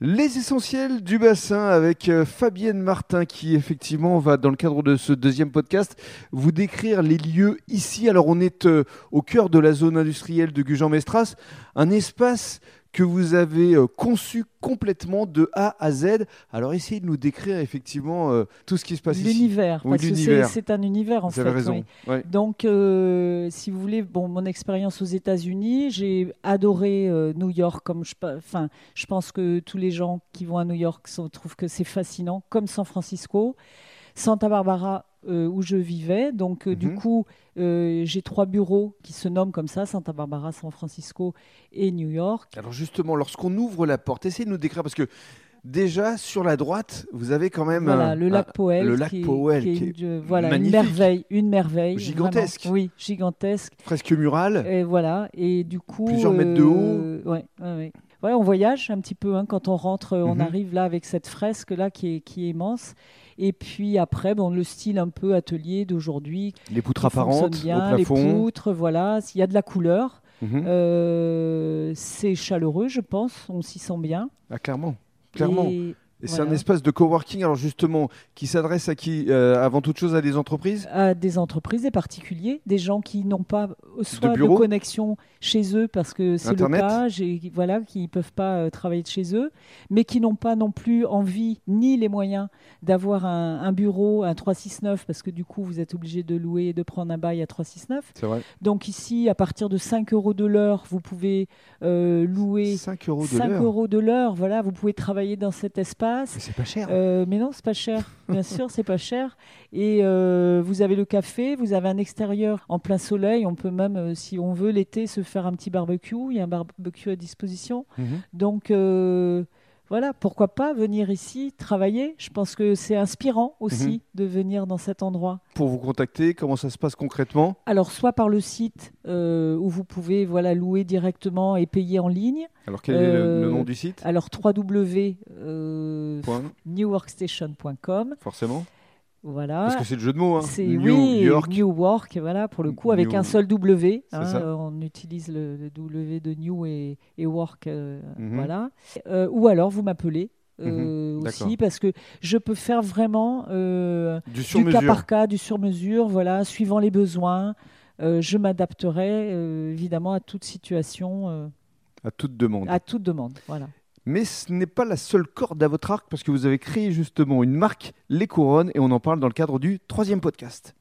Les essentiels du bassin avec euh, Fabienne Martin qui effectivement va dans le cadre de ce deuxième podcast vous décrire les lieux ici. Alors on est euh, au cœur de la zone industrielle de Gujan-Mestras, un espace que vous avez euh, conçu complètement de A à Z. Alors essayez de nous décrire effectivement euh, tout ce qui se passe ici. L'univers, Oui, parce que c'est- l'univers. c'est un univers en Vous fait. avez raison. oui. Ouais. Donc, euh, si vous voulez, bon, mon expérience aux États-Unis, j'ai adoré euh, New York. Comme je, pa- enfin, je pense que tous les gens qui vont à New York sont- trouvent que c'est fascinant, comme San Francisco, Santa Barbara. euh, où je vivais. Donc, euh, du Mhm. coup, euh, j'ai trois bureaux qui se nomment comme ça, Santa Barbara, San Francisco et New York. Alors justement, lorsqu'on ouvre la porte, essayez de nous décrire parce que déjà sur la droite, vous avez quand même Voilà, un- le un- lac Eh Poel, ben, ah, le lac qui est, Powell, qui est qui une, euh, voilà, une magnifique. merveille, une merveille, vraiment. Gigantesque. oui, gigantesque. fresque murale. Et voilà, et du coup. Plusieurs mètres de haut. Ouais, ouais, ouais. Ouais, on voyage un petit peu hein, quand on rentre, euh, on Mhm. arrive là avec cette fresque là qui est, qui est immense. Et puis après, bon, le style un peu atelier d'aujourd'hui. Les poutres qui fonctionne apparentes bien, au les plafond. poutres, voilà. Il y a de la couleur. Mhm. Euh, c'est chaleureux, je pense, on s'y sent bien. Ah, clairement, clairement. Et, Et c'est voilà. un espace de coworking, alors justement, qui s'adresse à qui euh, Avant toute chose, à des entreprises à des entreprises, des particuliers, des gens qui n'ont pas euh, soit de, bureau. connexion chez eux parce que c'est le Internet. cas, j'ai- voilà, qui ne peuvent pas euh, travailler de chez eux, mais qui n'ont pas non plus envie ni les moyens d'avoir un, un bureau, un 369, parce que du coup vous êtes obligé de louer et de prendre un bail à 369. C'est vrai. Donc ici, à partir de 5 euros de l'heure, vous pouvez euh, louer 5 euros de 5 l'heure. euros de l'heure, voilà, vous pouvez travailler dans cet espace. Mais c'est pas cher. Euh, mais non, c'est pas cher. Bien sûr, c'est pas cher. Et euh, vous avez le café, vous avez un extérieur en plein soleil. On peut même, euh, si on veut, l'été, se faire un petit barbecue. Il y a un barbecue à disposition. Mhm. Donc euh, voilà, pourquoi pas venir ici travailler Je pense que c'est inspirant Mhm. aussi de venir dans cet endroit. Pour vous contacter, comment ça se passe concrètement Alors, soit par le site euh, où vous pouvez voilà louer directement et payer en ligne. Alors quel est le, le Euh, nom du site Alors, euh, www.newworkstation.com. Point, forcément. Voilà. Parce que c'est le jeu de mots. Hein. Ah. C'est New oui, York. New York, voilà, pour le coup, avec New- un seul W. C'est hein, ça. euh, on utilise le, le W de New et, et Work, euh, Mhm. voilà. Euh, ou alors, vous m'appelez euh, Mhm, d'accord. aussi, parce que je peux faire vraiment euh, Du du cas sur-mesure. par cas, du sur-mesure, voilà, suivant les besoins. Euh, je m'adapterai euh, évidemment à toute situation, euh, À toute demande. à toute demande. Voilà. Mais ce n'est pas la seule corde à votre arc parce que vous avez créé justement une marque, Les Couronnes, et on en parle dans le cadre du troisième podcast.